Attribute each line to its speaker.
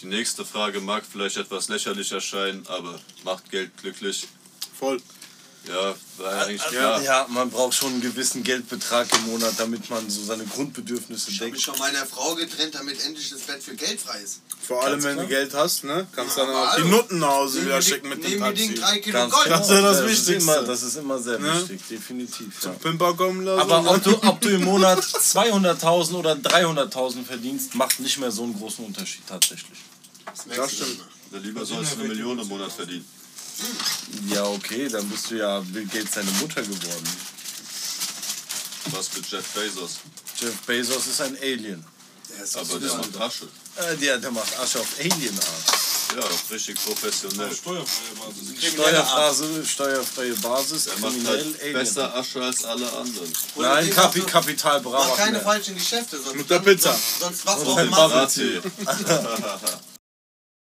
Speaker 1: Die nächste Frage mag vielleicht etwas lächerlich erscheinen, aber macht Geld glücklich?
Speaker 2: Voll.
Speaker 1: Ja, war ja eigentlich
Speaker 3: Ja.
Speaker 1: klar.
Speaker 3: man braucht schon einen gewissen Geldbetrag im Monat, damit man so seine Grundbedürfnisse
Speaker 4: Ich habe mich
Speaker 3: deckt.
Speaker 4: von meiner Frau getrennt, damit endlich das Bett für Geld frei ist.
Speaker 2: Vor allem, wenn du Geld hast, ne? Kannst du dann
Speaker 4: aber
Speaker 2: auch die
Speaker 4: hallo.
Speaker 2: Nutten nach Hause wieder
Speaker 4: also, Nehmen
Speaker 2: schicken
Speaker 4: wir die-
Speaker 2: mit dem
Speaker 4: nehmen wir den
Speaker 2: Taxi.
Speaker 4: drei Kilo
Speaker 3: Ganz
Speaker 4: Gold.
Speaker 3: genau.
Speaker 2: Das ist ja das
Speaker 3: Ist
Speaker 2: Wichtigste.
Speaker 3: immer, das ist immer sehr
Speaker 2: Ne?
Speaker 3: wichtig, definitiv. Ja.
Speaker 2: Pimper kommen lassen.
Speaker 3: Aber ob du, ob du im Monat 200.000 oder 300.000 verdienst, macht nicht mehr so einen großen Unterschied tatsächlich.
Speaker 4: Das, merkst
Speaker 2: Das
Speaker 4: du
Speaker 2: stimmt.
Speaker 4: nicht
Speaker 1: Na, lieber sollst du eine Million im Monat verdienen.
Speaker 3: Ja, okay, dann bist du ja Bill Gates seine Mutter geworden.
Speaker 1: Was mit Jeff Bezos?
Speaker 3: Jeff Bezos ist ein Alien.
Speaker 4: mehr. Der ist
Speaker 1: Aber der macht Asche.
Speaker 3: Äh, der, der macht Asche auf Alien-Art.
Speaker 1: Ja, richtig professionell.
Speaker 5: Steuerfreie Basis.
Speaker 3: Steuerphase, steuerfreie Basis,
Speaker 1: Er macht
Speaker 3: kriminell,
Speaker 1: halt
Speaker 3: Alien.
Speaker 1: besser Asche als alle anderen.
Speaker 3: Nein, Kapi, Kapital,
Speaker 4: Mach
Speaker 3: brav.
Speaker 4: keine falschen Geschäfte, sonst
Speaker 2: Mit der Pizza.
Speaker 4: Sonst was
Speaker 3: Und
Speaker 4: auch
Speaker 3: ein
Speaker 4: immer.
Speaker 3: Bubble.
Speaker 1: Party.